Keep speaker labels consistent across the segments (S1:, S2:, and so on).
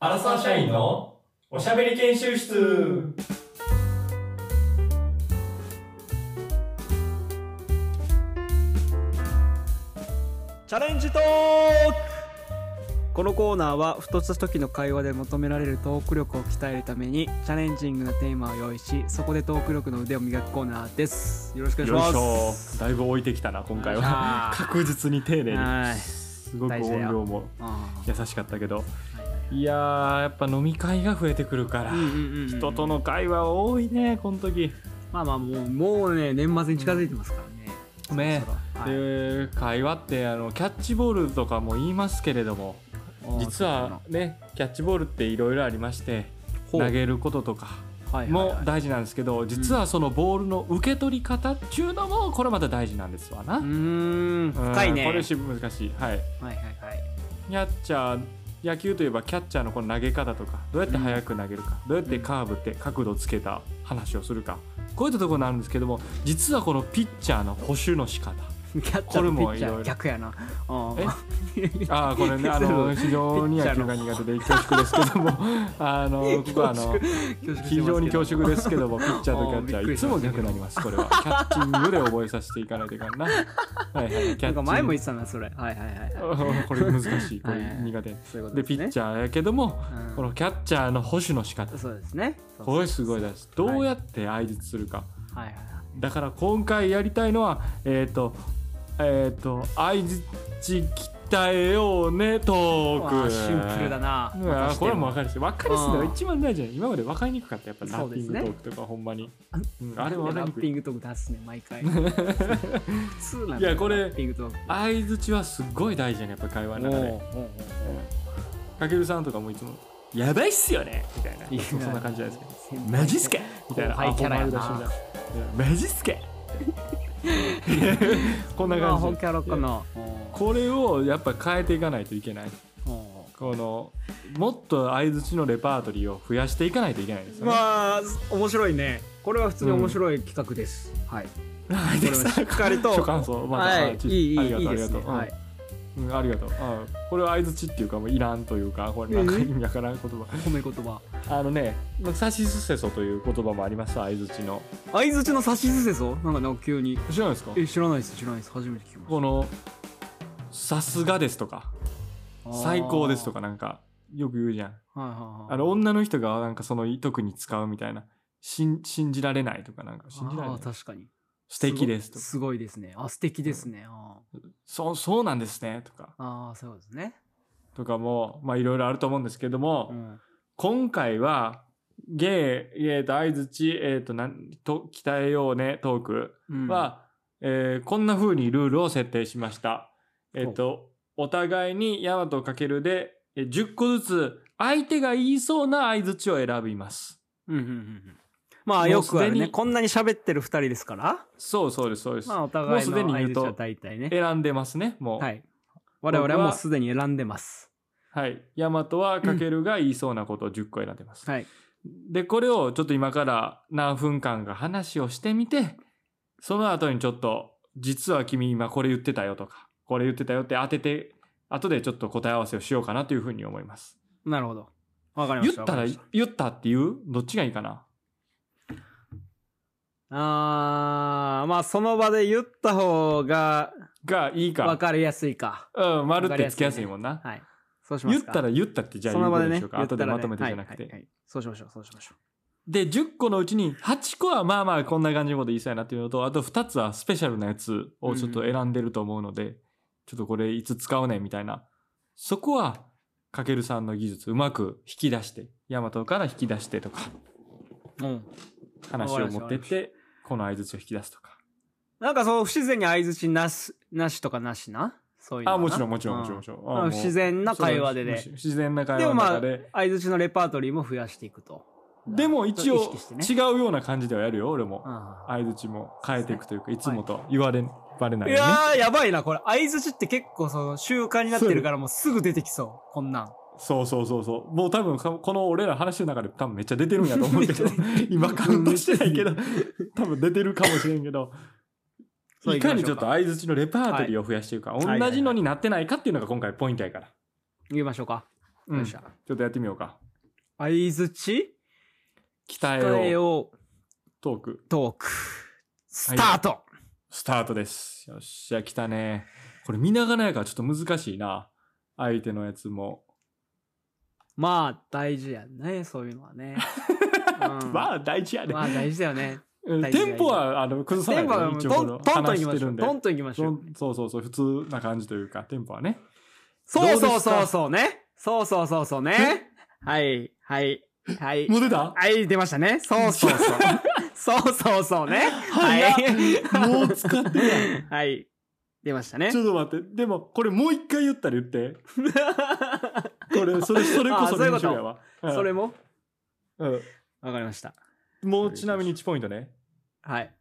S1: アラサー社員のおしゃべり研修室
S2: チャレンジトークこのコーナーはふとした時の会話で求められるトーク力を鍛えるためにチャレンジングなテーマを用意しそこでトーク力の腕を磨くコーナーですよろしくお願いします
S3: だいぶ置いてきたな今回
S2: よいしょ
S3: は 確実に丁寧
S2: はい
S3: にすごく
S2: 大事だ
S3: 音
S2: よ
S3: 量も
S2: あ
S3: 優しかったけど
S2: ーはい
S3: いやーやっぱ飲み会が増えてくるから、
S2: うんうんうんうん
S3: 人との会話多いねこの時
S2: まあまあもうもうね年末に近づいてますからね、
S3: ね
S2: そろそろ
S3: で会話ってあのキャッチボールとかも言いますけれども
S2: はい
S3: 実はねキャッチボールっていろいろありまして
S2: ほう
S3: 投げることとか
S2: はいはい
S3: も
S2: はい
S3: 大事なんですけど実はそのボールの受け取り方っちゅうのもこれまた大事なんですわな、
S2: うーん深いね
S3: うんこれ
S2: は
S3: し難しいはい
S2: いはいはい
S3: キャッチャー野球といえばキャッチャーのこの投げ方とかどうやって速く投げるか、どうやってカーブって角度つけた話をするかこういったところになるんですけども実はこのピッチャーの補修の 仕方
S2: キャッチ
S3: こ
S2: ャー
S3: れ
S2: とピ
S3: も
S2: ッチ
S3: いろ
S2: ャ
S3: い
S2: ー
S3: ろ
S2: 逆やなうん
S3: えああこれねあの非常に野球が苦手で恐縮ですけども あのここはあの
S2: 恐縮してますけ
S3: 非
S2: ど
S3: 常に恐縮ですけどもピッチャーとキャッチャ
S2: おーびっく
S3: ーい
S2: りし
S3: つ
S2: ま
S3: も
S2: した
S3: 逆になりますこれはキャッチングで覚えさせていかないといかんなはいはいキ
S2: な
S3: ャ
S2: んか
S3: ッチ
S2: 前
S3: ン
S2: も
S3: グ
S2: 言ってたなそれはいはいはい はい
S3: これ難しいこれ苦手
S2: そういうこと
S3: ですピ
S2: ね
S3: ッチャーやけども
S2: うん
S3: このキャッチャーの保守の仕方
S2: そうですね。そう
S3: これすごいです
S2: そう
S3: どうやって相槌するか、
S2: はいはいはい。
S3: だから今回やりたいのはえっ、とえっ、と相槌鍛えようねトー
S2: うわ
S3: ク
S2: シンプルだな。
S3: うわこれも分か
S2: る。
S3: りやすい分かりやすいのが
S2: うん
S3: 一番大事なの今まで分かりにくかったやっぱラ
S2: そう
S3: ッ
S2: で
S3: ピン
S2: す
S3: グ
S2: ね
S3: トークとかほんまに、うん、あ
S2: あ
S3: れ
S2: れ
S3: も分か
S2: ラ
S3: りに
S2: ッ
S3: くい
S2: ピングトーク出すね毎 回。普通なんだよ
S3: いやこれ
S2: ラッピングトーク。
S3: 相槌はすっごい大事やねやっぱ会話の中で
S2: おうおう
S3: かけるさんとかもいつも「やばいっすよね」みたいな
S2: おう
S3: そんな感じじゃないですか
S2: 先輩
S3: マジっすかみたいな。
S2: 後輩キャラやな
S3: あほんまあるらしいなマジっす かこんな
S2: まあ
S3: 感
S2: 本
S3: じ
S2: キャラかな。おう
S3: これをやっぱ変えていかないといけない。
S2: お
S3: このもっと相槌のレパートリーを増やしていかないといけないです
S2: う
S3: よね。
S2: まあ面白いね。これは普通に面白い企画です。は
S3: は
S2: い。
S3: い
S2: これはしっかりと。
S3: 初感想、まあ
S2: は
S3: あ
S2: い。
S3: ち
S2: いいい
S3: あ
S2: い
S3: りがと
S2: いい
S3: あ
S2: うで
S3: りが
S2: す
S3: と
S2: ね。
S3: う。
S2: はい。
S3: うんうんありがとう。あこれは相槌っていうかもういらんというかこれなんか
S2: え
S3: 意味わからん言葉。
S2: 褒め言葉。
S3: あのね、まあサシスセソという言葉もあります相槌の。
S2: 相槌の差しすせそ？なんかなんか急に。
S3: 知らないですか？
S2: え知らないです知らないです初めて聞きまし
S3: このさすがですとか。
S2: た。
S3: 最高ですと
S2: か。
S3: かなんかよく言うじゃん
S2: はいはいはい。
S3: あの女の人がなんかその特に使うみたいな信信じられないとかなんか信じられ
S2: あ
S3: な
S2: あ
S3: い
S2: 確かに
S3: 素敵ですとか
S2: すごいすごいですねあ素敵ですね、あ
S3: そうそうなんですねとか
S2: ーあーそうですね、
S3: とかもまあいろいろあると思うんですけども、
S2: うん、
S3: 今回はゲイ、えー、と相づち、えー、となんと鍛えようねトーク
S2: うん、
S3: は、えーこんな風にルールを設定しました。えっ、と、お互いにヤマトかけるで、えー10個ずつ相手が言いそうな相づちを選びます。
S2: うんうんうんうんまあよくある
S3: もうすで
S2: ね
S3: に
S2: こんなに喋ってる二人ですから
S3: そうそうです、そうです。
S2: まあお互い
S3: も
S2: の
S3: うすでに
S2: 相
S3: 言う
S2: 手
S3: と
S2: は大体ね
S3: 選んでますね、もう。
S2: は
S3: はい。
S2: い我々はもうすでに選んでます
S3: ヤマトはかけるが言いそうなことを10個選んでます。
S2: はい
S3: で、これをちょっと今から何分間か話をしてみて、その後にちょっと、実は君今これ言ってたよとか、これ言ってたよって当てて、後でちょっと答え合わせをしようかなというふうに思います。
S2: なるほどわかりま
S3: 言
S2: し
S3: ったた
S2: わ
S3: ら
S2: かりまし
S3: 言ったっていうどっちがいいかな
S2: たあーまあその場で言った方が
S3: がいいか
S2: わかりやすいか
S3: うん丸ってつけやすいもんな、
S2: はいそうします
S3: 言っ
S2: か
S3: たら言ったってじゃあ
S2: そ
S3: 言う
S2: の
S3: こと
S2: 場
S3: で
S2: でね
S3: しょうか、後で
S2: 言
S3: ま
S2: っ
S3: と
S2: たらね
S3: めてじゃなくて、
S2: はいはいはいそうしましょうそうしましょう
S3: で10個のうちに8個はまあまあこんな感じのこと言いそうやなっていうのとあと2つはスペシャルなやつをちょっと選んでると思うので、ちょっとこれいつ使うねんみたいなそこはかけるさんの技術うまく引き出してヤマトから引き出してとか
S2: うん
S3: 話を持ってっ
S2: わかりました
S3: てこの相づちを引き出すとか
S2: なんかそう、不自然に相づちなし、なしとかなしなそういうの
S3: あ
S2: はな
S3: もちろんもちろんもちろんもちろん、あもう
S2: 不自然な会話でね
S3: そう自然な会
S2: で
S3: 話
S2: も
S3: の
S2: ま
S3: 中
S2: あ
S3: で、、
S2: 相づちのレパートリーも増やしていくと。
S3: でも一
S2: 意
S3: 応
S2: 識してね
S3: 違うような感じではやるよ俺
S2: う
S3: も
S2: ん
S3: 相づちも変えていくというかいつもと言わればれない
S2: い
S3: よね
S2: やー、やばいな、これ。相づちって結構その習慣になってるからもうすぐ出てきそう。こんなん。
S3: そうそうそうそうもう多分この俺ら話の中で多分めっちゃ出てるんやと思う けど今カウントしてないけど多分出てるかもしれんけど
S2: そう
S3: いかにちょっと
S2: 行
S3: 相づちのレパートリーを増やしていくか
S2: い
S3: 同じのになってないかっていうのが今回ポイントやから
S2: きましょうか。
S3: うん、
S2: よっ
S3: ち
S2: し
S3: ょ
S2: ゃ。
S3: っとやってみようか。
S2: 相づち
S3: 鍛
S2: 答
S3: え
S2: え
S3: よう
S2: を
S3: トーク、
S2: トーク。スタート、
S3: スタートです。よっしゃ、来たね。これ見ながらやからちょっと難しいな。相手のやつも。
S2: まあ、大事やね、そういうのはね。 うん
S3: まあ、大事やね。
S2: まあ、大事だよね。
S3: うん
S2: 大事
S3: テンポは、あの、崩さ
S2: テ
S3: な
S2: ン
S3: いか
S2: ポ
S3: ら、
S2: は
S3: 一応この
S2: もうトントンと
S3: 話
S2: いき
S3: し
S2: ま
S3: て
S2: しょ
S3: るん
S2: う。
S3: で
S2: ト。ンといきましょう。
S3: そうそうそう、普通な感じというか、テンポはね。
S2: そう
S3: どう
S2: そう
S3: です
S2: そう
S3: か
S2: そうね。そうそうそうそうね。はい、はい、はい。
S3: もう出た
S2: はい、出ましたね。そうそうそう。 そうそうそうね。はい。
S3: もう使ってるやん。
S2: はい。出ましたね
S3: ち。 ょっと待って。でも、これもう一回言ったら言って。これ、それ、それこ
S2: あ
S3: そ
S2: そうい
S3: 練
S2: うこと
S3: 習やわ。うん
S2: それも
S3: うん
S2: わかりました。
S3: もうちなみに1ポイントね。
S2: はい。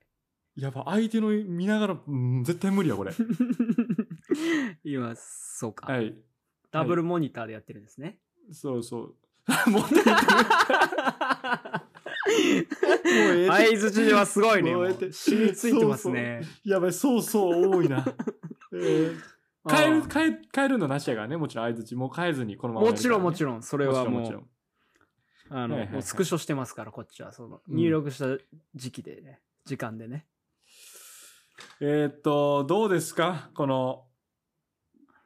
S3: やば、相手の見ながら、うん絶対無理や、これ。
S2: 今、そうか、
S3: はい。
S2: ダブルモニターでやってるんですね。
S3: そう そう。もう出てるもうええ
S2: 相づちはすごいね。
S3: も
S2: も
S3: うええ
S2: う
S3: って
S2: 染みついてますね。
S3: やばい、そうそう、多い な。えー変え
S2: う
S3: る、
S2: ん
S3: 変え、変えるのなしやからね、もちろん相づち。もう変えずにこのまま
S2: も
S3: やる
S2: ち
S3: から
S2: ろ
S3: ね、
S2: んもちろん、それはも
S3: もちろ、
S2: うんあの、
S3: はいはいはい
S2: もうスクショしてますから、こっちは。その、
S3: うん
S2: 入力した時期でね、時間でね。
S3: えーっと、どうですかこの、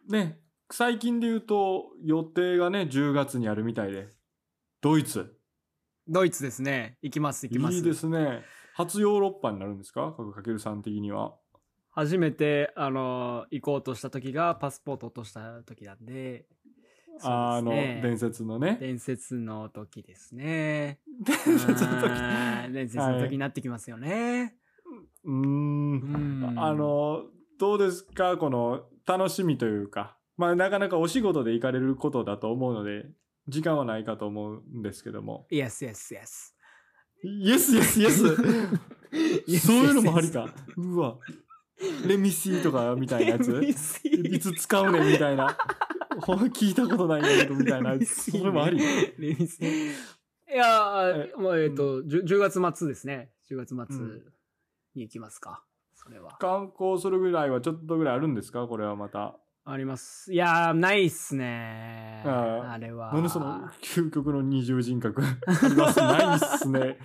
S3: ね、最近で言うと、予定がね、10月にあるみたいで、ドイツ。
S2: ドイツですね。行きます、行きます。
S3: いいですね。初ヨーロッパになるんですかかけるさん的には。
S2: 初めて、あの、行こうとした時が、パスポート落とした時なんで、
S3: あ
S2: そうですね
S3: の、伝説のね。
S2: 伝説の時ですね。
S3: 伝説の時。
S2: あー伝説の時になってきますよね。
S3: うーん。
S2: うん
S3: あ、の、どうですかこの、楽しみというか。まあ、なかなかお仕事で行かれることだと思うので、時間はないかと思うんですけど も。
S2: イエスイエスイエス。
S3: イエスイエスイエス
S2: Yes,
S3: そういうのもありか。うわ。レミシーとかみたいなや つ。いつ使うねんみたいな。ほんま聞いたことないんだけどみたいなやつ。それもあり。
S2: レミシーいやー、まあ、えっ、と、じゅ 10, 月末ですね。10月末
S3: うん
S2: に行きますか。それは。
S3: 観光するぐらいはちょっとぐらいあるんですかこれはまた。
S2: あります。いやー、ないっすね。
S3: あー
S2: あれは。
S3: なんでその究極の二重人格ありますないっすね。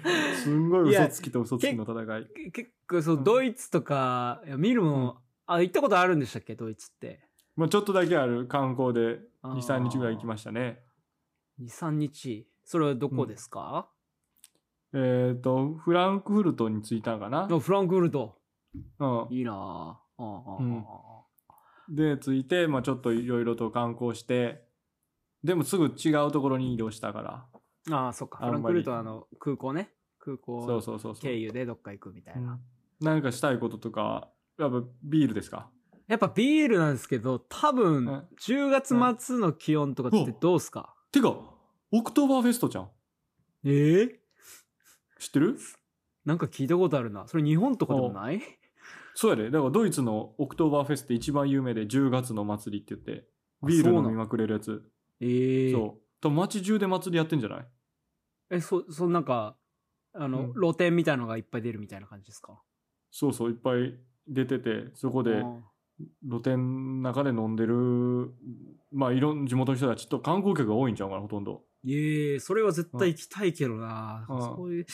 S3: すんごい嘘つきと嘘つきの戦い。
S2: け結構、そうの
S3: ん
S2: ドイツとか、いや見るもん、あ、行ったことあるんでしたっけドイツって。
S3: まあちょっとだけある観光で
S2: あー
S3: 2、3日ぐらい行きましたね。
S2: 2、3日。それはどこですか、
S3: えっ、と、フランクフルトに着いたんかな、
S2: あフランクフルト。
S3: うん、
S2: いいなああああああ
S3: うんで着いて、まあ、ちょっといろいろと観光してでもすぐ違うところに移動したから
S2: ああ、そっか。フ
S3: あん
S2: ラ
S3: ま
S2: ン
S3: り
S2: クフルトはあの空港ね。空
S3: そう
S2: 港
S3: そうそうそう
S2: 経由でどっか行くみたいな。
S3: なんかしたいこととかやっぱビールですか
S2: やっぱビールなんですけど、多分
S3: うん
S2: 10月末の気温とかってどうすか、
S3: てかオクトーバーフェストじゃん
S2: えー
S3: 知ってる
S2: なんか聞いたことあるな。それ日本とかでもない
S3: そうやでだからドイツのオクトーバーフェスって一番有名で10月の祭りって言ってビール
S2: そうな
S3: 飲
S2: の
S3: みまくれるやつ
S2: え
S3: そう
S2: ー、
S3: と街中で祭りやってんじゃない
S2: え、そ、そんなんか、あ
S3: う
S2: の、
S3: ん
S2: 露店みたいのがいっぱい出るみたいな感じですか
S3: そうそういっぱい出ててそこで
S2: あ
S3: 露店の中で飲んでるまあいろん地元の人たちと観光客が多いんちゃうかなほとんど
S2: ーええそれは絶対行きたいけどな。
S3: うん
S2: そういう、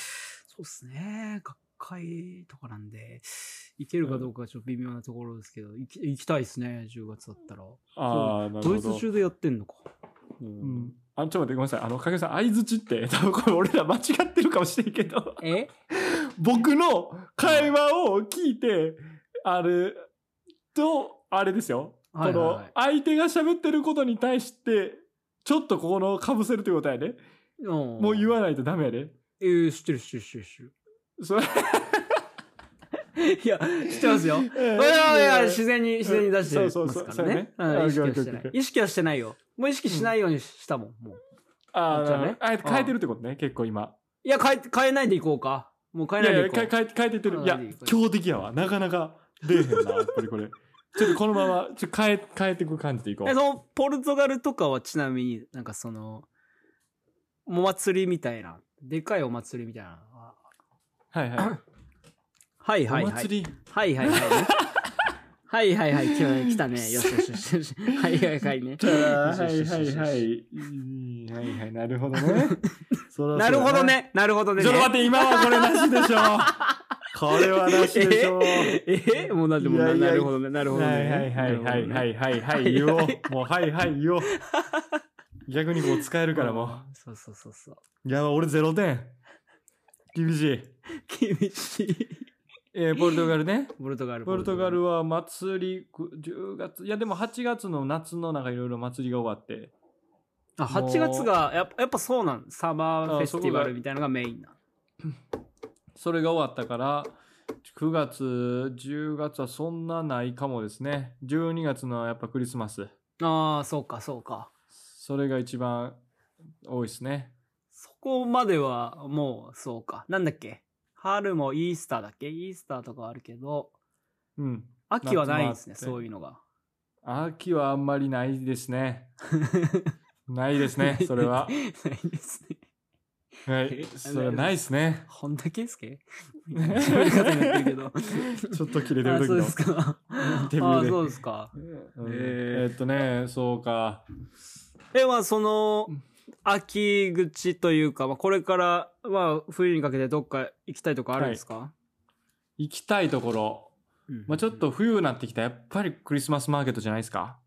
S2: そうっすね。学会とかなんで、行けるかどうかはちょっと微妙なところですけど、行き行きたいですね、10月だったら。
S3: ああ、なる
S2: ド
S3: ほど。
S2: イツ中でやってんのか。う
S3: うんん。あ、ちょっと待って、ごめんなさい。あの、影さん、相づちって、 多分これ俺ら間違ってるかもしれんけど、
S2: え
S3: 僕の会話を聞いて、あれ、と、あれですよ。
S2: はいはいはい
S3: この、相手が喋ってることに対して、ちょっとここのかぶせるということやね。も
S2: も
S3: う言
S2: い。
S3: わないとダメやね。
S2: えー、知ってる知ってる知ってる知っ
S3: それ、
S2: てる。いや、 知っ てますよ。
S3: い
S2: いやいやいや、自然に、自然に出してます
S3: そうそうそう
S2: からね。
S3: そうやね
S2: うん意識
S3: あ
S2: は
S3: オッケ
S2: し
S3: ー
S2: てな
S3: オッケーオ
S2: い
S3: ッケ。ー
S2: 意識はしてないよ。もう意識しないようにしたもん、もう。
S3: ああ、
S2: じゃあね
S3: なるほどあえて変えてるってことね、結構今。
S2: いや、変え、変えないでいこうか。もう変え
S3: い
S2: な
S3: や
S2: い
S3: い
S2: で
S3: や、
S2: いこ
S3: か変え
S2: う。
S3: て変えてって
S2: う
S3: る。
S2: ん
S3: いや
S2: いいこ、れ
S3: 強敵やわ。なかなか出えへんな、やっぱりこれ。ちょっとこのまま、ちょっと変え、変えていく感じでいこう
S2: え、。その、ポルトガルとかはちなみになんかその、お祭りみたいな、でかいお祭りみたいな。
S3: はいはい。
S2: はいはい
S3: お
S2: はい。
S3: 祭り。
S2: はいはいはい、ね。はいはいはい、今日来た ね。よしよしよしよし。はいはいはいね。
S3: はいはいはい。うんはいはい、なるほどね。そろそろ
S2: なるほど。ね。なるほど
S3: ちょ
S2: ね。
S3: っと待って、今はこれなしでしょ。これはなしでしょ。
S2: えもうだってもう
S3: いや
S2: ない
S3: や
S2: なるほどね。なるほど
S3: はい
S2: ね。
S3: はいはいはい
S2: な
S3: は
S2: る
S3: いはいは、
S2: はいい
S3: 言おう。もうはいはい言おう。逆にもう使える
S2: ほ
S3: か
S2: どね。
S3: らも
S2: そうそうそうそう。
S3: う。いや、俺0点。厳しい。
S2: 厳しい。
S3: えー、ポルトガルね。
S2: ポルトガル。
S3: ポルトガルは祭り、く10月、いやでも8月の夏のなんかいろいろ祭りが終わって、
S2: あ、8月が、やっぱやっぱそうなんサマーフェスティバルみたいなのがメインな。
S3: それが終わったから、9月、10月はそんなないかもですね。12月のやっぱクリスマス。
S2: ああ、そうかそうか。
S3: それが一番多いですね。
S2: そこまではもうそうか。なんだっけ春もイースターだっけイースターとかあるけど、
S3: うん。
S2: 秋はないんですね、
S3: 夏もあって
S2: そういうのが。。
S3: 秋はあんまりないですね。ないですね、それは
S2: ないですね。
S3: はい。それはないですね。
S2: 本田 圭佑喋り方になってるけど。
S3: ちょっと切れて
S2: あ
S3: る時
S2: そう
S3: の
S2: で。すか。あ
S3: デビューで
S2: そうですか。
S3: うん
S2: えー
S3: えーっとね、そうか。
S2: では、その、秋口というか、まあ、これから、まあ、冬にかけてどっか行きたいとかあるんですか、
S3: 行きたいところ。
S2: うん
S3: まあちょっと冬になってきたらやっぱりクリスマスマーケットじゃないですか。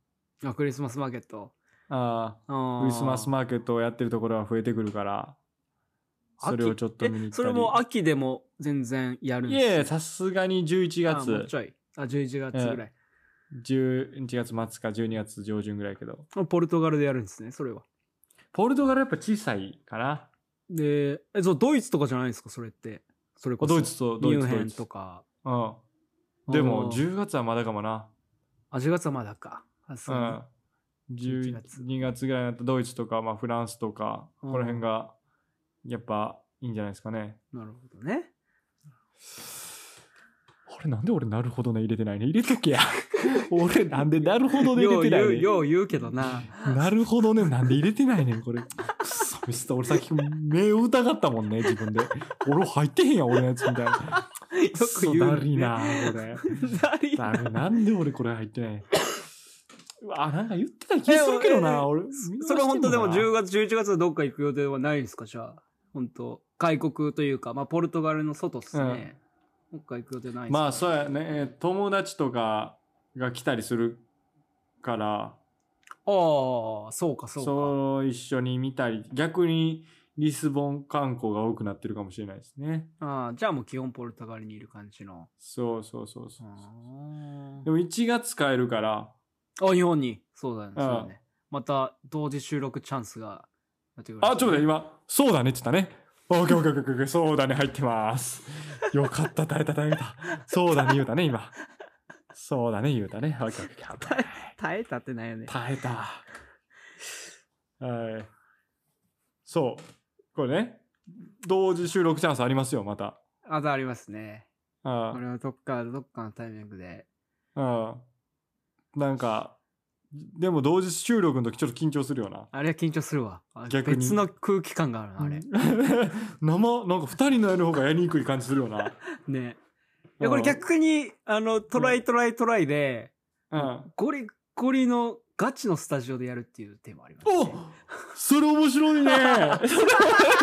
S2: あクリスマスマーケット。
S3: あ
S2: ク
S3: あ、クリスマスマーケットをやってるところは増えてくるから、それをちょっと見に行ったり
S2: それも秋でも全然やるん
S3: い
S2: です
S3: えいえ、さすがに11
S2: あもう
S3: 月
S2: ち、ょい。あ、11月ぐらい。
S3: 11月末か12月上旬ぐらいやけど、
S2: ポルトガルでやるんですね、それは。
S3: ポルトガルやっぱ小さいかな。
S2: で、え、そう、ドイツとかじゃないんですか、それって。それこそ。
S3: ドイツと、ド
S2: ミ
S3: イ
S2: ュン
S3: ツ
S2: ヘ
S3: ドイ
S2: ン
S3: ツ
S2: と。か。
S3: うん。で
S2: お
S3: も、
S2: ー
S3: 10月はまだかもな。
S2: あ、10月はまだか。あそうう
S3: ん。
S2: ね11月
S3: 12月ぐらいになったらドイツとか、まあ、フランスとか、
S2: うん
S3: ここら辺が、やっぱ、いいんじゃないですかね。
S2: なるほどね。
S3: あれ、なんで俺、なるほどね、入れてないね。入れと けや。俺、なんで、なるほどね、
S2: よ
S3: 入
S2: う
S3: れて
S2: 言
S3: な
S2: う、
S3: いね。
S2: よう言うけどな。
S3: なるほどね、なんで入れてないねん、これ。くそ、ミスった。俺、さっき目を疑ったもんね、自分で。俺、入ってへんやん、俺のやつ、みたいな。
S2: よ
S3: く
S2: く
S3: そ、
S2: 言う、ね。
S3: だりな、これ。
S2: だり
S3: ダ
S2: な。
S3: メ、なんで俺これ入ってない。うわ、なんか言ってた気するけど
S2: いやいや
S3: な、俺。
S2: それは本当でも10
S3: 分。
S2: 月、11月はどっか行く予定はないんですか、じゃあ。本当外国というか、まあ、ポルトガルの外っすね。どっか行く予定ないんですか
S3: まあ、そうやね。友達とかが来たりするから、
S2: ああ、そうか、そ
S3: そうう
S2: か。
S3: 一緒に見たり、逆にリスボン観光が多くなってるかもしれないですね。
S2: ああ、じゃあもう基本ポルトガルにいる感じの。
S3: そうそうそうそう。
S2: あ
S3: でも1月帰るから、
S2: あ、日本に。そうだね。
S3: うん
S2: そうだね。また同時収録チャンスがやってくる。
S3: あ、ちょっと待って、今、そうだねって言ったね。オッケーオッケーオッケーオッケー、そうだね、入ってます。 よかった、耐えた、耐えた。そうだね、言うたね、今。そうだね、言うたね。オッケーオッケーオッケー
S2: 耐えたってないよね。
S3: 耐えた。はい。そう。これね、同時収録チャンスありますよ、また。
S2: あとありますね。
S3: あ
S2: これはどっか、どっかのタイミングで。
S3: あうん。なんか、でも同時収録の時ちょっと緊張するよな。
S2: あれは緊張するわ。あ
S3: 逆に
S2: 別の空気感があるな、あれ。
S3: 生、なんか2人のやる方がやりにくい感じするよな。
S2: ね。いや、これ逆に、あの、トライトライトライで、
S3: うん。
S2: ゴリゴリのガチのスタジオでやるっていう手もあります、
S3: おそれ面白いね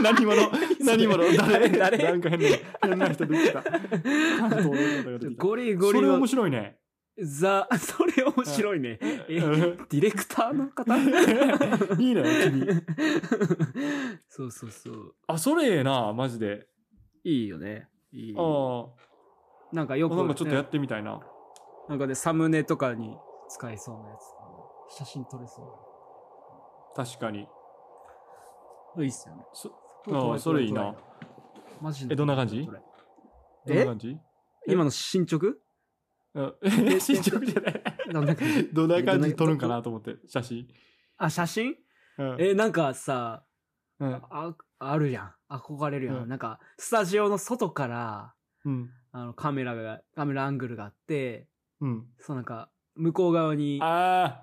S3: 何今の何今の誰
S2: 誰
S3: なんか変な変な人出てきた。関東の方が出てきた
S2: ゴリゴ
S3: そ
S2: リ
S3: れ面
S2: の
S3: 白いね。
S2: ザ、それ面白いね。え
S3: うん
S2: ディレクターの方
S3: いいね君。
S2: そうそうそう。
S3: あ、それええな、マジで。
S2: いいよね。いい
S3: あー
S2: なんかよく、
S3: あ。なんかちょっとや
S2: ね
S3: ってみたいな。
S2: なんかね、サムネとかに使えそうなやつ。写真撮れそ
S3: 確かに。
S2: う。いいっすよね。
S3: そ
S2: ト
S3: あ
S2: ラ
S3: あ、
S2: イ
S3: それいいな。。
S2: マジで。
S3: えどんな感じ
S2: トライ
S3: どんな
S2: え
S3: 感じ
S2: 今の進捗
S3: うんえ 身長じゃない。
S2: どんな感じ
S3: どんな感じ撮るんかなと思って、写真。
S2: あ、写真
S3: うん
S2: え、なんかさ、
S3: うん
S2: あ、あるやん。憧れるやん。
S3: うん
S2: なんか、スタジオの外から、
S3: うん。
S2: あの、カメラが、カメラアングルがあって、
S3: うん。
S2: そうなんか、向こう側に、
S3: ああ、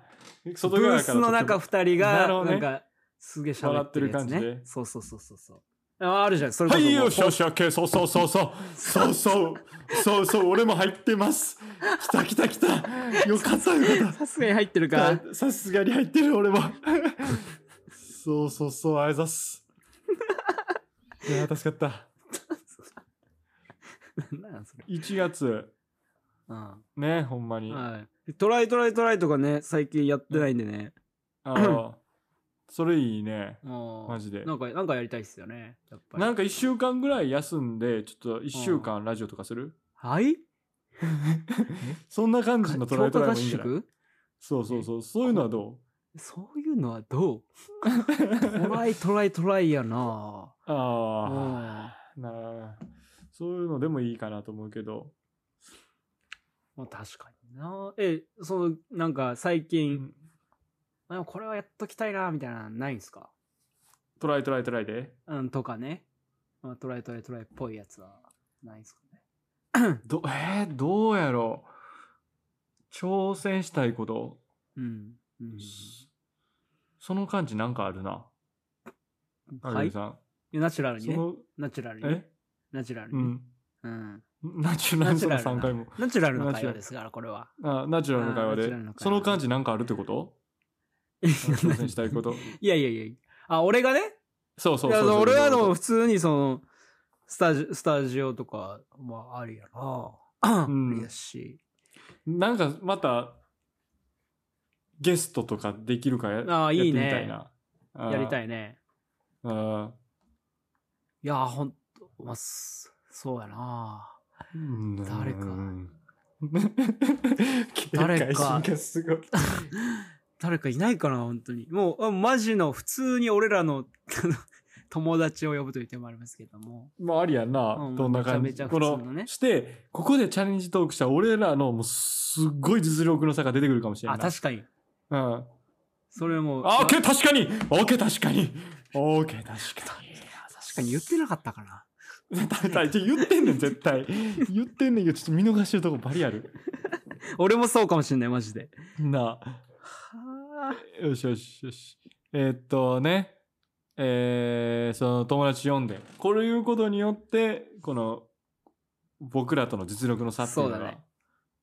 S3: 外
S2: ブ
S3: 側から
S2: ー
S3: 撮
S2: ス
S3: っても
S2: の中二人
S3: な
S2: が
S3: るほど
S2: な
S3: ね
S2: んかすげえ喋ってるやつ
S3: 笑ってる感
S2: ね
S3: じで
S2: そうそうそうそうそうああるじゃん。それこ
S3: は
S2: そもう。
S3: い、よしよし、オッケー、そうそうそうそう、そうそう、そうそう、俺も入ってます。来た来た来た。よかったよかっ
S2: さすがに入ってるか。
S3: た。さすがに入ってる、俺も。そうそうそう、ありがとうございます。いやー、助かった。
S2: なんなんそれ。
S3: 1月、
S2: う
S3: ね、ほんまに。
S2: ん。
S3: あ
S2: はい。トライトライトライとかね、最近やってないんでね。
S3: の、それいいね。
S2: もう
S3: マジで
S2: なんか、なんかやりたいっすよね。やっぱり。
S3: なんか1週間ぐらい休んで、ちょっと1週間ラジオとかする
S2: はい
S3: そんな感じのトライトライ
S2: 合
S3: もいいんじゃない
S2: 宿
S3: そうそうそう、そういうのはどう
S2: そういうのはどう トライトライトライやなぁ。う
S3: あ
S2: ん
S3: あ、なあ、そういうのでもいいかなと思うけど。
S2: まあ確かになえ、その、なんか最近、あこれはやっときたいなみたいな、ないんすか
S3: トライトライトライで。
S2: うん、とかね。まあ、トライトライトライっぽいやつは、ないんすかね。
S3: ど、えー、どうやろう。挑戦したいこと。
S2: うん。うん
S3: その感じなんかあるな。
S2: はい。
S3: 有吉
S2: い
S3: さん
S2: やナチュラルに
S3: そ
S2: ね。
S3: の、
S2: ナチュラルにね。
S3: え
S2: ナチュラル
S3: う
S2: にね。
S3: ん。
S2: うん。
S3: ナチュラル
S2: ナチュラ
S3: の
S2: ルな
S3: 3回も。
S2: ナチュラルの
S3: ナチ
S2: 会
S3: ュラ
S2: 話
S3: ル
S2: ですから、これは。
S3: あナチュラルの会話
S2: あーナチュ
S3: で
S2: ラルの会話。
S3: その感じなんかあるって こと挑戦したいこと。
S2: いやいやいや。あ、俺がね
S3: そうそう
S2: い
S3: そう
S2: や
S3: そう。
S2: 俺はあの、普通にその、スタジオ、スタジオとか、まあ、ありやなあ
S3: うん
S2: りやし。
S3: なんかまた、ゲストとかできるかや
S2: あーいいね
S3: やってみたいな。あー
S2: やりたいね。
S3: あ
S2: いやー、ほんと、まあ、すそうやな
S3: ー
S2: 誰か
S3: うん
S2: 誰か
S3: 警戒心がすごい。
S2: 誰かいないかな、本当に。もう、あマジの、普通に俺らの、 あの友達を呼ぶという手もありますけども。
S3: まあ、ありやんな、
S2: うん
S3: どんな感じ。
S2: めちゃめちゃ普通のね
S3: こして、ここでチャレンジトークした俺らの、もう、すっごい実力の差が出てくるかもしれな
S2: あ、
S3: い。
S2: 確かに。
S3: かに。うん。
S2: それもう。
S3: あ、オッケ
S2: ま
S3: ー、確かにオッケー、確かにオッケー、確か
S2: あいや確かに言ってなかったかな。
S3: に。絶対、言ってんねん、絶対。言ってんねんけど、ちょっと見逃してるとこバリある。
S2: 俺もそうかもしんない、マジで。
S3: な あ。
S2: は
S3: よしよしよし。えーっとね、えーその友達読んで、これいうことによって、この、僕らとの実力の差っていうの
S2: そう
S3: が、
S2: だね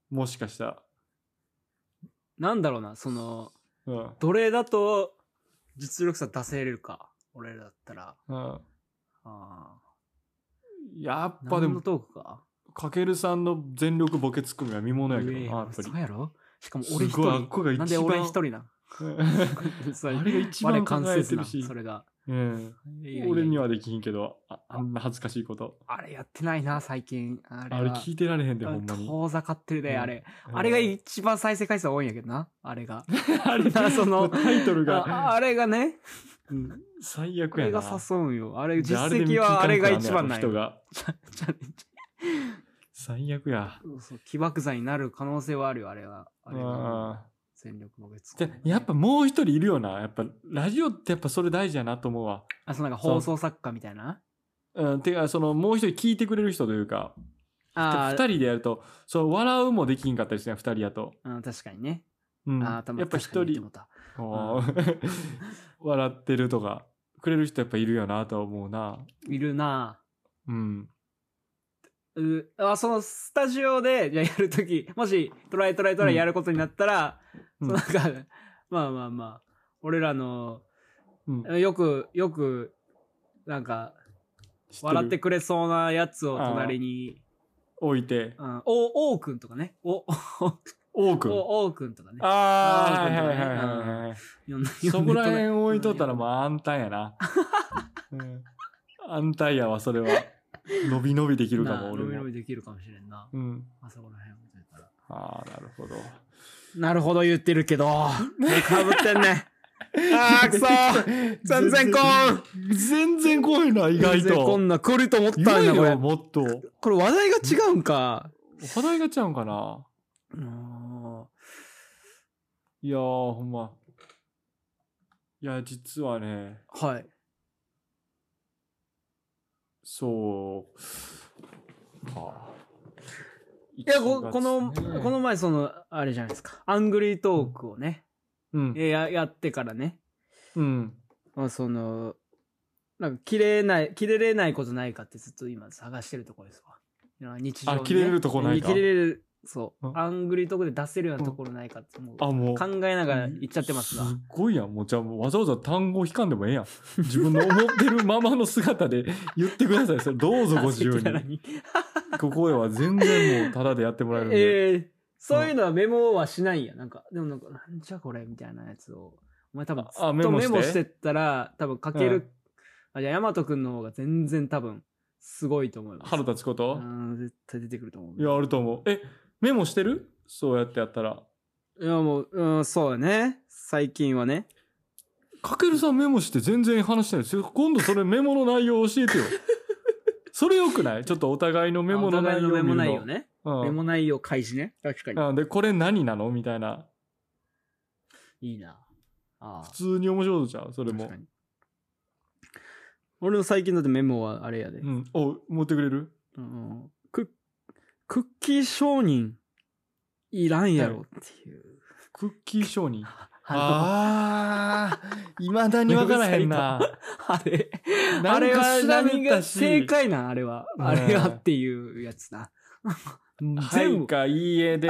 S3: もしかしたら、
S2: なんだろうな、その、
S3: うん、
S2: 奴隷だと、実力差出せれるか。俺らだったら。
S3: うん。
S2: ああ。
S3: やっぱ
S2: 何
S3: で
S2: の
S3: も、
S2: トークか。
S3: かけるさんの全力ボケツッコミは見ものやけど
S2: い
S3: な、
S2: や
S3: やっぱ
S2: そう
S3: り。
S2: やろしかも俺一
S3: すごいあっ
S2: 人。
S3: こが一
S2: な
S3: 番
S2: んで俺一人なそ
S3: あれが一番
S2: 我関
S3: 考え
S2: 節
S3: て
S2: な
S3: るし
S2: そ、れが。
S3: うん、
S2: いやいやいや
S3: 俺にはできひんけど、ああんな恥ずかしいこと。
S2: あれやってないな、最近。あれ
S3: あれ
S2: は
S3: 聞いてられへんで、
S2: あ
S3: ほんまに。
S2: 遠ざかってる
S3: う
S2: で、
S3: ん
S2: あれ。あれが
S3: い。
S2: 一番再生回数多いんやけどな、あれが。
S3: あれ、
S2: その
S3: タイトル
S2: あ
S3: が、
S2: あれがね、
S3: うん最悪
S2: これ
S3: やな。
S2: が誘うんよ。あれ、
S3: じ
S2: 実
S3: ゃあ
S2: 績はあれが一番ない。
S3: あれで見つかんからねあの人が
S2: チャチャレンジ
S3: 最悪や。
S2: そうそう起爆剤になる可能性はあるよ、あれは。あれが
S3: あ
S2: 戦力も別
S3: ーでやっぱもう一人いるよな。やっぱラジオってやっぱそれ大事やなと思うわ。
S2: あ、そうなんか放送作家みたいな。
S3: うん、てかそのもう一人聞いてくれる人というか
S2: あ
S3: 二
S2: あ、
S3: 人でやるとそう笑うもできんかったりするやん二人やと、
S2: うん確かにね。
S3: うん、
S2: ああ、頭
S3: やっぱ一人こう 笑ってるとかくれる人やっぱいるよなとは思うない
S2: るなぁ。
S3: うん
S2: うあそのスタジオでじゃあやるとき、 もしトライトライトライやることになったら、
S3: うん
S2: そのなんか、 まあまあまあ、俺らの、
S3: うん
S2: よく、よく、なんか、
S3: 知る
S2: 笑ってくれそうなやつを隣に、
S3: 置いて
S2: うん、お、おうくんとかね。お、お、
S3: 多く
S2: おうくんとかね。
S3: ああ
S2: 多
S3: は
S2: く
S3: い
S2: と
S3: は
S2: か
S3: い
S2: ね
S3: はいはいはい
S2: 呼んだ
S3: そこら
S2: 呼んで
S3: 辺
S2: と
S3: 置いとったらもう安泰や な。うん、安泰やわ、それは。伸び伸びできるか
S2: なあ
S3: も、
S2: 伸
S3: 俺
S2: び
S3: も
S2: 伸。びできるかもしれんな。
S3: うん。
S2: あそこら辺置いといたら
S3: ああ、なるほど。
S2: なるほど言ってるけど、かぶってん ね。あーくそー全然こ
S3: ん全然こんな、意外。
S2: 全然ことんな来ると思っ
S3: 意
S2: たんだ、
S3: 外
S2: これ
S3: よ、。もっと。
S2: これ話題が違うんか。
S3: 話題がちゃうんかな。
S2: うん
S3: いやー、ほんま。いや、実はね、
S2: はい。
S3: そう。か。い
S2: いや、ここの、この、前その、あれじゃないですか。アングリートークをね、
S3: うん。
S2: えややってからね、
S3: うん。
S2: まあ、その、なんか切れない、切れれないことないかってずっと今探してるところですわ。日常に、ね。
S3: あ切れるとこないか
S2: 切れれる、そう
S3: う。ん
S2: アングリーとこで出せるようなところないかって、もう
S3: あ、
S2: 考
S3: もう。
S2: えながら言っちゃってますが。
S3: ごいやん。もうじゃあもうわざわざ単語引かんでもええやん。自分の思ってるままの姿で言ってください。それどうぞご自 由に。
S2: に。
S3: ここでは全然もうタダでやってもらえるんで。
S2: ええそういうのはメモはしないんや。なんか、でもなんか、なんじゃこれみたいなやつを。お前多分ずっ
S3: あメ
S2: と
S3: モし
S2: メ
S3: て
S2: モしてったら、多分書ける。
S3: うん
S2: あ、じゃあ、ヤマト君の方が全然多分、すごいと思います。
S3: 腹立つこと
S2: うん、絶対出てくると思う。
S3: いや、あると思う。え、メモしてるそうやってやったら。
S2: いやもう、うん、そうだね。最近はね。
S3: かけるさんメモして全然話してないですよ。今度それメモの内容教え てよ。それよくないちょっとお互いのメモの
S2: お互
S3: 内
S2: い
S3: 容
S2: の
S3: を
S2: メ
S3: 見る
S2: モ内
S3: の
S2: 容。ね。
S3: うん
S2: メモ内容開示ね。確かに。
S3: うんで、これ何なのみたいな。
S2: いいな。ああ
S3: 普。通に面白いじゃん、それも
S2: 確か。に。俺の最近だってメモはあれやで。
S3: うん。お、持ってくれる
S2: うんククッキー商人いらんやろっていう。
S3: クッキー商人。
S2: あ
S3: ああ、いまだに分からへんな。
S2: の あれ、
S3: な
S2: あ
S3: ん
S2: れ
S3: か
S2: は
S3: 調べ
S2: 何が
S3: たし
S2: 正解なんあれは。
S3: うん
S2: あれはっていうやつな。
S3: は
S2: 全
S3: い
S2: 部。
S3: か、いいえで、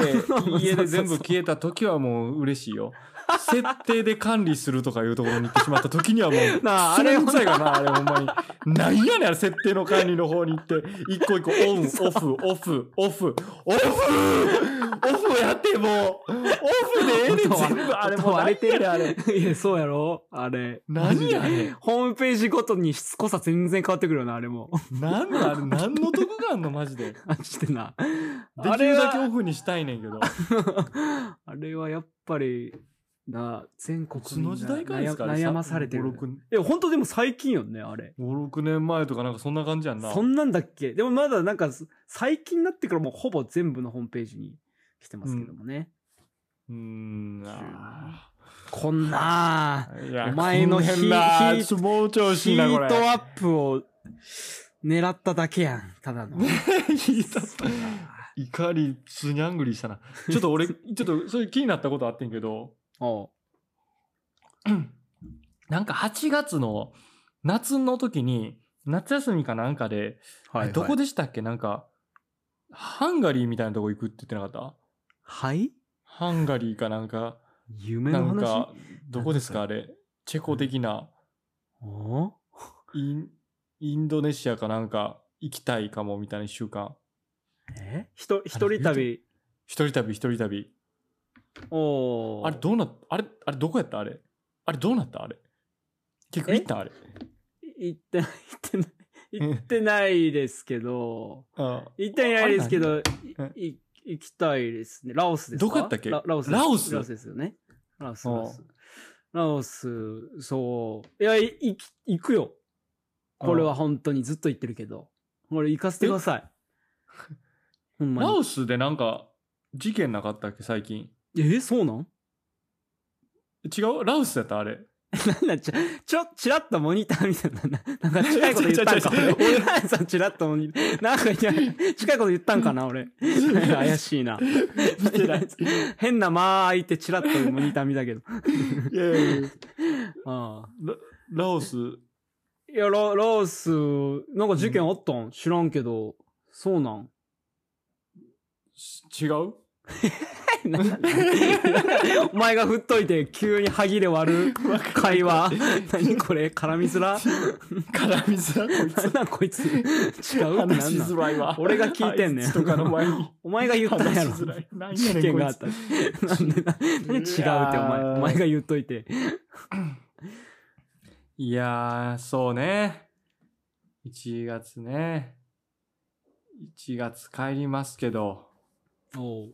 S3: いいえで全部消えた時はもう嬉しいよ。設定で管理するとかいうところに行ってしまった時にはもう、
S2: なあ
S3: そ
S2: あれ
S3: れんくさいかな、あれほんまに。なんやねん、あれ設定の管理の方に行って、一個一個オン、オフ、オフ、オフ、オフオフやってもう、オフでええねん、
S2: 音は
S3: 全部、あれ
S2: 音
S3: もう何
S2: 割れて
S3: やね
S2: る
S3: ん、あれ。
S2: いや、そうやろあれ。
S3: 何やねん。
S2: ホームページごとにしつこさ全然変わってくるよな、あれも。
S3: なんなんあれ、何の得があんの、マジで。
S2: マジでな。
S3: で
S2: あ
S3: き
S2: れ
S3: るだけ
S2: は、
S3: オフにしたいねんけど。
S2: あれはやっぱり、な、全
S3: い
S2: 国
S3: つ
S2: 民が
S3: の時代からですか
S2: 悩悩まされてる。
S3: 5、
S2: いや、本当でも最近よね、あれ。
S3: 6 5-6年前とかなんかそんな感じやんな。
S2: そんなんだっけでもまだなんかす最近になってからもうほぼ全部のホームページに来てますけどもね。
S3: うーん。あ
S2: こんな
S3: ーいや
S2: お前のヒ
S3: こんな
S2: ヒ
S3: ちょっともう調
S2: あ
S3: 子
S2: ヒ
S3: いいな、こ
S2: ー
S3: れ。
S2: トアップを狙っただけやん、ただ の。
S3: ヒートアップ怒り、つにゃんぐりしたな。ちょっと俺、ち ょっと、そういう気になったことあってんけど、
S2: おう
S3: なんか8月の夏の時に、夏休みかなんかで、
S2: はい、はい。
S3: どこでしたっけなんか、ハンガリーみたいなとこ行くって言ってなかった
S2: はい
S3: ハンガリーかなんか、
S2: 夢
S3: な
S2: の
S3: ん
S2: 話
S3: か、どこですかあれ、チェコ的な、
S2: おう
S3: イン、インドネシアかなんか行きたいかもみたいな一週間。
S2: えひと一人旅。
S3: 一人旅、一人旅。
S2: お
S3: あれどうなっあれ、あれどこやったあれ。あれどうなったあれ。結局
S2: え
S3: 行ったあれ。
S2: 行ってない、行ってない、行ってないですけど、
S3: あ
S2: 行ってないですけど、い
S3: 何
S2: い行きたいですね。ラオスですか
S3: どこやったっけ
S2: ララオスです。
S3: ラオス
S2: ラオスですよね。ラオス、
S3: うん
S2: ラオス。ラオス、そう。いや、い行き行くよ。これは本当にずっと言ってるけど。これ行かせてく ださい。ほんま
S3: ラ
S2: に。
S3: オスでなんか事件なかったっけ最近。
S2: えそうなん
S3: 違うラオスやったあれ。
S2: なんだ、ちょ、ちょ、ちらっとモニターみたいな、ななんか近いこと言ったんか、
S3: 違う違う違う
S2: 俺。俺、そう、ちらっとモニター。なんか、いや近いこと言ったんかな、俺。怪しい な。
S3: 見てない。
S2: 変な間空いてチラッとモニター見たけど。
S3: いやいやいや
S2: ああ
S3: ララオス。
S2: いや、ララオス、なんか事件あったん、知らんけど。そうなん
S3: し違う
S2: お前が振っといて急に歯切れ割る会話。何これ絡みづら
S3: 絡みづらこい
S2: なん
S3: つ。
S2: なんこいつ。違うってなんな
S3: 話しづ
S2: ん
S3: らいわ。
S2: 俺が聞いてんねん
S3: あつとかの前に。
S2: お前が言ったんやろ
S3: 話。しづらいなんや
S2: 事
S3: ねん
S2: 件
S3: こい
S2: があっ
S3: つ
S2: た。なんでな、何違うってお前、お前が言っといて。
S3: いやー、そうね。1月ね。1月帰りますけど。
S2: おう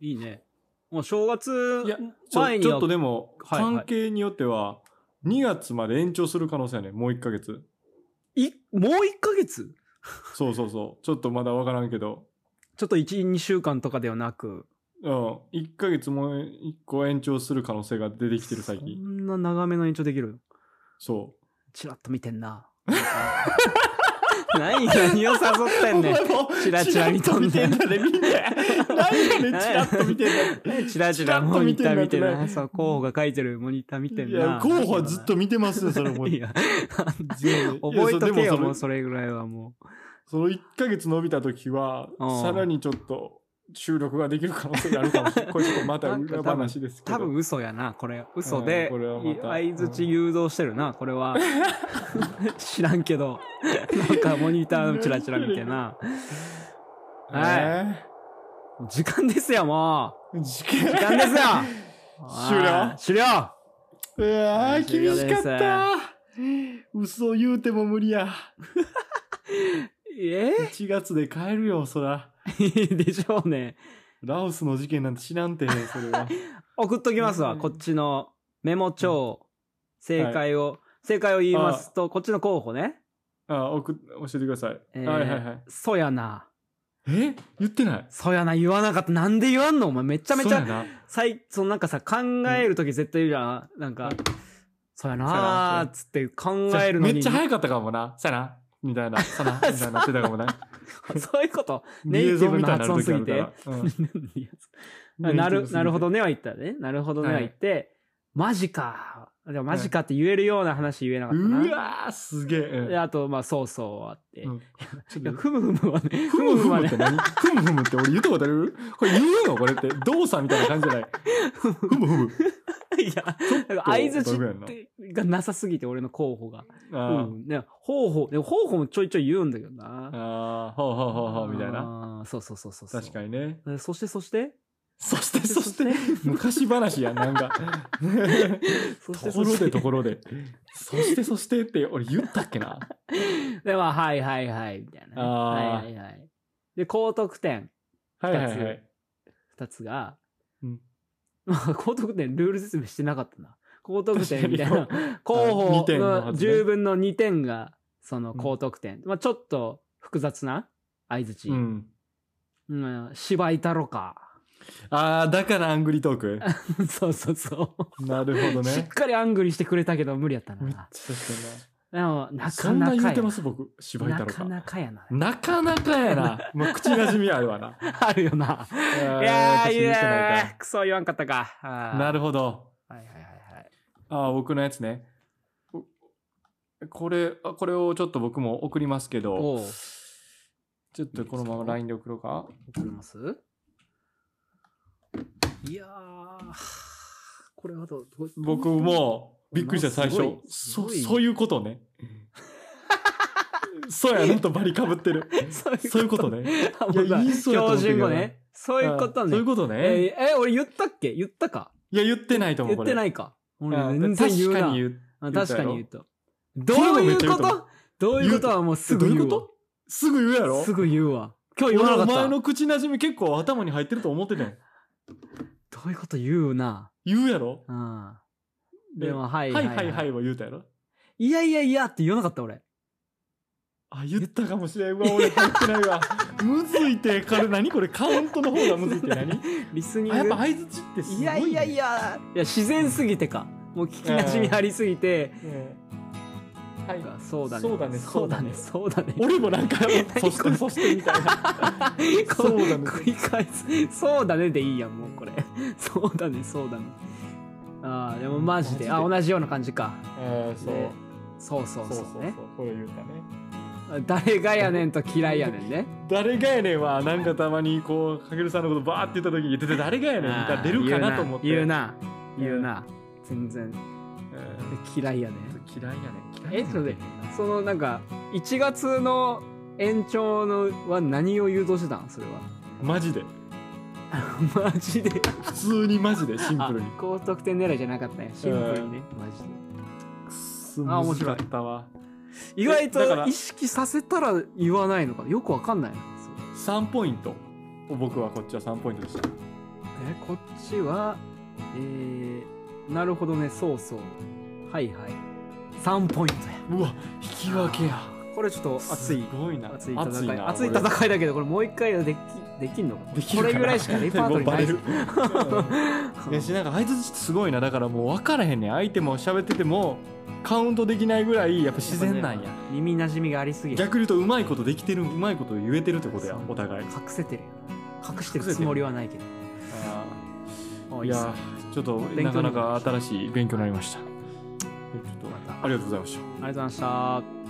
S2: いいね。もう正月
S3: いやちょ
S2: 前に
S3: ちょ
S2: は
S3: っとでも、
S2: はいはい
S3: 関係によっては、2月まで延長する可能性やね。もう1ヶ月。
S2: い、もう1ヶ月
S3: そうそうそう。ちょっとまだわからんけど。
S2: ちょっと1、2週間とかではなく。
S3: うん。1ヶ月も1個延長する可能性が出てきてる最
S2: こ
S3: 近。
S2: んな長めの延長できる
S3: そ
S2: チラッと見てんな。 何何を誘ってんねん。チラチラ見とんねん
S3: チラッと見てんだね、みんな。 何やねん、チラッと見てんだ
S2: チラチ
S3: チ
S2: ラ
S3: ラッ
S2: モ
S3: と
S2: ニ
S3: 見て
S2: タ
S3: ん
S2: ー
S3: な
S2: 見て
S3: って
S2: な。
S3: な
S2: そう、候補が書いてるモニター見てん
S3: い
S2: な。
S3: や、候補はずっと見てますよ、それも。
S2: いや、
S3: 全部
S2: 覚えとけ
S3: いや
S2: よ、
S3: そうで
S2: も
S3: も
S2: う
S3: それ
S2: それぐらいはも
S3: その1ヶ月伸びた時は
S2: うん、
S3: さらにちょっと収録ができる可能性があるかもしれない。これちょっとまた裏話です
S2: う。
S3: けど。
S2: 多分嘘やな、これ。嘘で、
S3: うんこれはまた
S2: 相づち誘導してるな、これは。 知らんけど。なんかモニターのチラチラ見てな。
S3: ね
S2: もう時間ですよ、も
S3: 時間
S2: う。時間ですよ
S3: 終了
S2: あー終了
S3: うわー
S2: 終
S3: 厳
S2: 了です
S3: しかった嘘を言うても無理や
S2: え
S3: 1月で帰るよそら
S2: ーでしょうね。
S3: ラオスの事件なんて知らんてそれは
S2: 送っときますわ、
S3: うん
S2: こっちのメモ帳、正解を、正解を言いますと、こっちの候補ね。
S3: あ送っ教えてください、
S2: えー
S3: はいはいはい
S2: そやな。
S3: え言ってない
S2: そやな、言わなかった。なんで言わんのお前めちゃめち
S3: そう
S2: ゃ、
S3: やな
S2: さい、そのなんかさ、考えるとき絶対言うじゃん。なんか
S3: うん、
S2: そや
S3: そうや
S2: なー
S3: な
S2: っつって考えるのに。
S3: めっちゃ早かったかもなさやなみたいなさ なみたいになってたかもな
S2: そういうこと。ネイテ
S3: 映
S2: ィ
S3: 像
S2: ブ
S3: みた
S2: な
S3: に
S2: い
S3: な
S2: 発
S3: る
S2: 音す
S3: 時あ
S2: ぎ
S3: るか
S2: て
S3: ら。うん
S2: いや なる、なるほどねは言ったね。なるほどねは言って、マジか。でもマジかって言えるような話言えなかったな。
S3: うわーすげえ、うん
S2: であと、まあ、そうそうあって。
S3: うんちょっ
S2: いや、
S3: と
S2: ふむふむは ね、
S3: ふむふむっ
S2: ね
S3: て、何ふむふむって俺言ったことあるこれ言うのこれって動作みたいな感じ じゃないふむふむ
S2: いや、なんか相づちってがなさすぎて、俺の候補が。う
S3: あー
S2: ん。ね、方法、でも方法もちょいちょい言うんだけどな。
S3: あーほうほうほうほうみたいな
S2: あー。そうそうそうそうそう。
S3: 確かにね
S2: に。そして、そして、
S3: そしてそして
S2: そ
S3: 昔話やん なんか
S2: そして、
S3: ところでと
S2: ろ
S3: ころでそしてそしてって俺言ったっけ な
S2: で。まあ、はいはいはい、みたいなね。
S3: あー
S2: はいはいはい。で、高得点、
S3: はいはいはい
S2: 二つが、
S3: うん
S2: まあ、 高得点、ルール説明してなかったな。高得点みたい
S3: 確
S2: な。
S3: かに
S2: 候
S3: あ
S2: 補
S3: 二点の
S2: の
S3: はずね
S2: 10分の2点が、その
S3: うん
S2: 高得点。まあちょっと複雑な相づち。
S3: う
S2: うん
S3: ん
S2: 芝居太郎か。
S3: あーだからアングリートーク
S2: そうそうそ
S3: なるほど
S2: う。しっ
S3: ね
S2: かりアングリしてくれたけど無理やった
S3: めっちゃ
S2: な。
S3: 確かにな
S2: でも、な
S3: そ
S2: か
S3: ん
S2: な
S3: な
S2: か
S3: 言う
S2: や
S3: て
S2: な。
S3: ます僕芝居太
S2: な
S3: 郎
S2: か
S3: か
S2: なかやな。
S3: なかなかやなもう口なじみあるわな
S2: ある よな。
S3: いや 私
S2: いやー、い
S3: 言うてない
S2: や
S3: か
S2: ー、クソ言わんかったか。あー
S3: なるほど。
S2: はいはいはいはい。
S3: ああ、僕のやつね。おこれ、あこれをちょっと僕も送りますけど、
S2: おう、
S3: ちょっとこのまま LINE で送ろうか。
S2: 送りますいやー、これはどうどう
S3: 僕もうびっくりした、
S2: な
S3: 最
S2: んかすごい
S3: 初。そ、
S2: すごい
S3: そういうことね。 そうやなとバリかぶってる。
S2: そう
S3: そういうことね。
S2: あ
S3: いや
S2: 僕は
S3: 言いそうやと思っ
S2: 標
S3: たけ
S2: 準
S3: ど
S2: 語ね。そういうこと
S3: あ
S2: ね。
S3: そういうことね。
S2: えーえー俺言ったっけ言ったか
S3: いや、言ってないと思
S2: 言
S3: う、こ
S2: っ
S3: れ。
S2: てないか。俺
S3: ああ
S2: 全然言う
S3: 確か
S2: な
S3: に。言う。
S2: あ
S3: 言う
S2: 確かに言うと。ど
S3: こ
S2: う
S3: れも
S2: い
S3: めっち
S2: う
S3: ゃ言
S2: こ
S3: うと思
S2: とどういうことはもうすぐ
S3: どうい
S2: 言
S3: う
S2: う
S3: こ
S2: わ
S3: とすぐ言うやろ
S2: すぐ言うわ。今日言わ
S3: 俺
S2: なか
S3: お
S2: った。
S3: 前
S2: ど
S3: の口なじみ結構頭に入ってると思ってたよ。
S2: ういうこと言うな。
S3: 言うやろ
S2: うん。でも、は
S3: はいい
S2: は
S3: はいい
S2: はい。
S3: はいは言うたやろ
S2: いやいやいやって言わなかった俺。
S3: あ、言ったかもしれん。うわ、俺入ってない わ。むずいて、これ何これカウントの方がむずいって何
S2: リスニン
S3: あ
S2: グ。
S3: やっぱ相づちってすごい、ね。
S2: いやいやいや。いや、自然すぎてか。もう聞きなじみありすぎて。
S3: ええ。はい。
S2: そうだね。
S3: そうだね
S2: そうだね。そうだね。
S3: 俺もなん か、そし
S2: これ
S3: てそしてみたい な。
S2: こ
S3: そうだね
S2: 繰り返す「そうだね」でいいやんもうこれ「そうだねそうだね」ああでもマジで
S3: マジ
S2: あ
S3: で
S2: 同じような感じか
S3: ええそう
S2: ねそうそう
S3: そうそ
S2: そ
S3: ううそう
S2: ね
S3: これ言うたね。
S2: 誰がやねんと嫌いやねんね
S3: 誰がやねんは、なんかたまにこう、かけるさんのことバーって言った時に、でで誰がやねんみたいな出るかなと思って。
S2: 言うな言うな言う
S3: うん
S2: な全然
S3: え
S2: 嫌いやね
S3: え。
S2: ん
S3: 嫌いやねん。嫌い
S2: え
S3: やねん
S2: それでそのなんか1月の延長のは何を誘導してたんそれは
S3: マジで。
S2: マジで
S3: 普通にマジで、シンプルに。
S2: あ高得点狙いじゃなかったんやシンプルにねマジであ
S3: あ
S2: 面
S3: 面
S2: 白
S3: 白
S2: い
S3: かったわ
S2: 意外
S3: えだか
S2: と
S3: ら
S2: 意識させたら言わないのかなよくわかんないなそう
S3: 3ポイント僕はこっちは3ポイントでした
S2: えこっちはえー、なるほどねそうそうはいはい3ポイントや
S3: うわ引き分けや
S2: これちょっと熱い
S3: すごいな
S2: 熱い戦い
S3: な
S2: 熱い
S3: 俺
S2: 戦いだけどこれもう一回はできできんのか
S3: できる
S2: こ
S3: かな
S2: れぐらいしかレパートリーない
S3: もう バレるいやしなんかあいつすごいなだからもう分からへんねん相手も喋っててもカウントできないぐらいやっぱ自然なんや
S2: っぱね耳なじみがありすぎる
S3: 逆に言うとうまいことできてるうまいこと言えてるってことやお互い
S2: 隠せてるよ隠してるつもりはないけどあ
S3: い
S2: いいっす
S3: や
S2: ね
S3: ちょっと
S2: 勉強になりま
S3: な
S2: した
S3: かなか新しい勉強になりましたちょっとありがとうございました
S2: ありがとうございました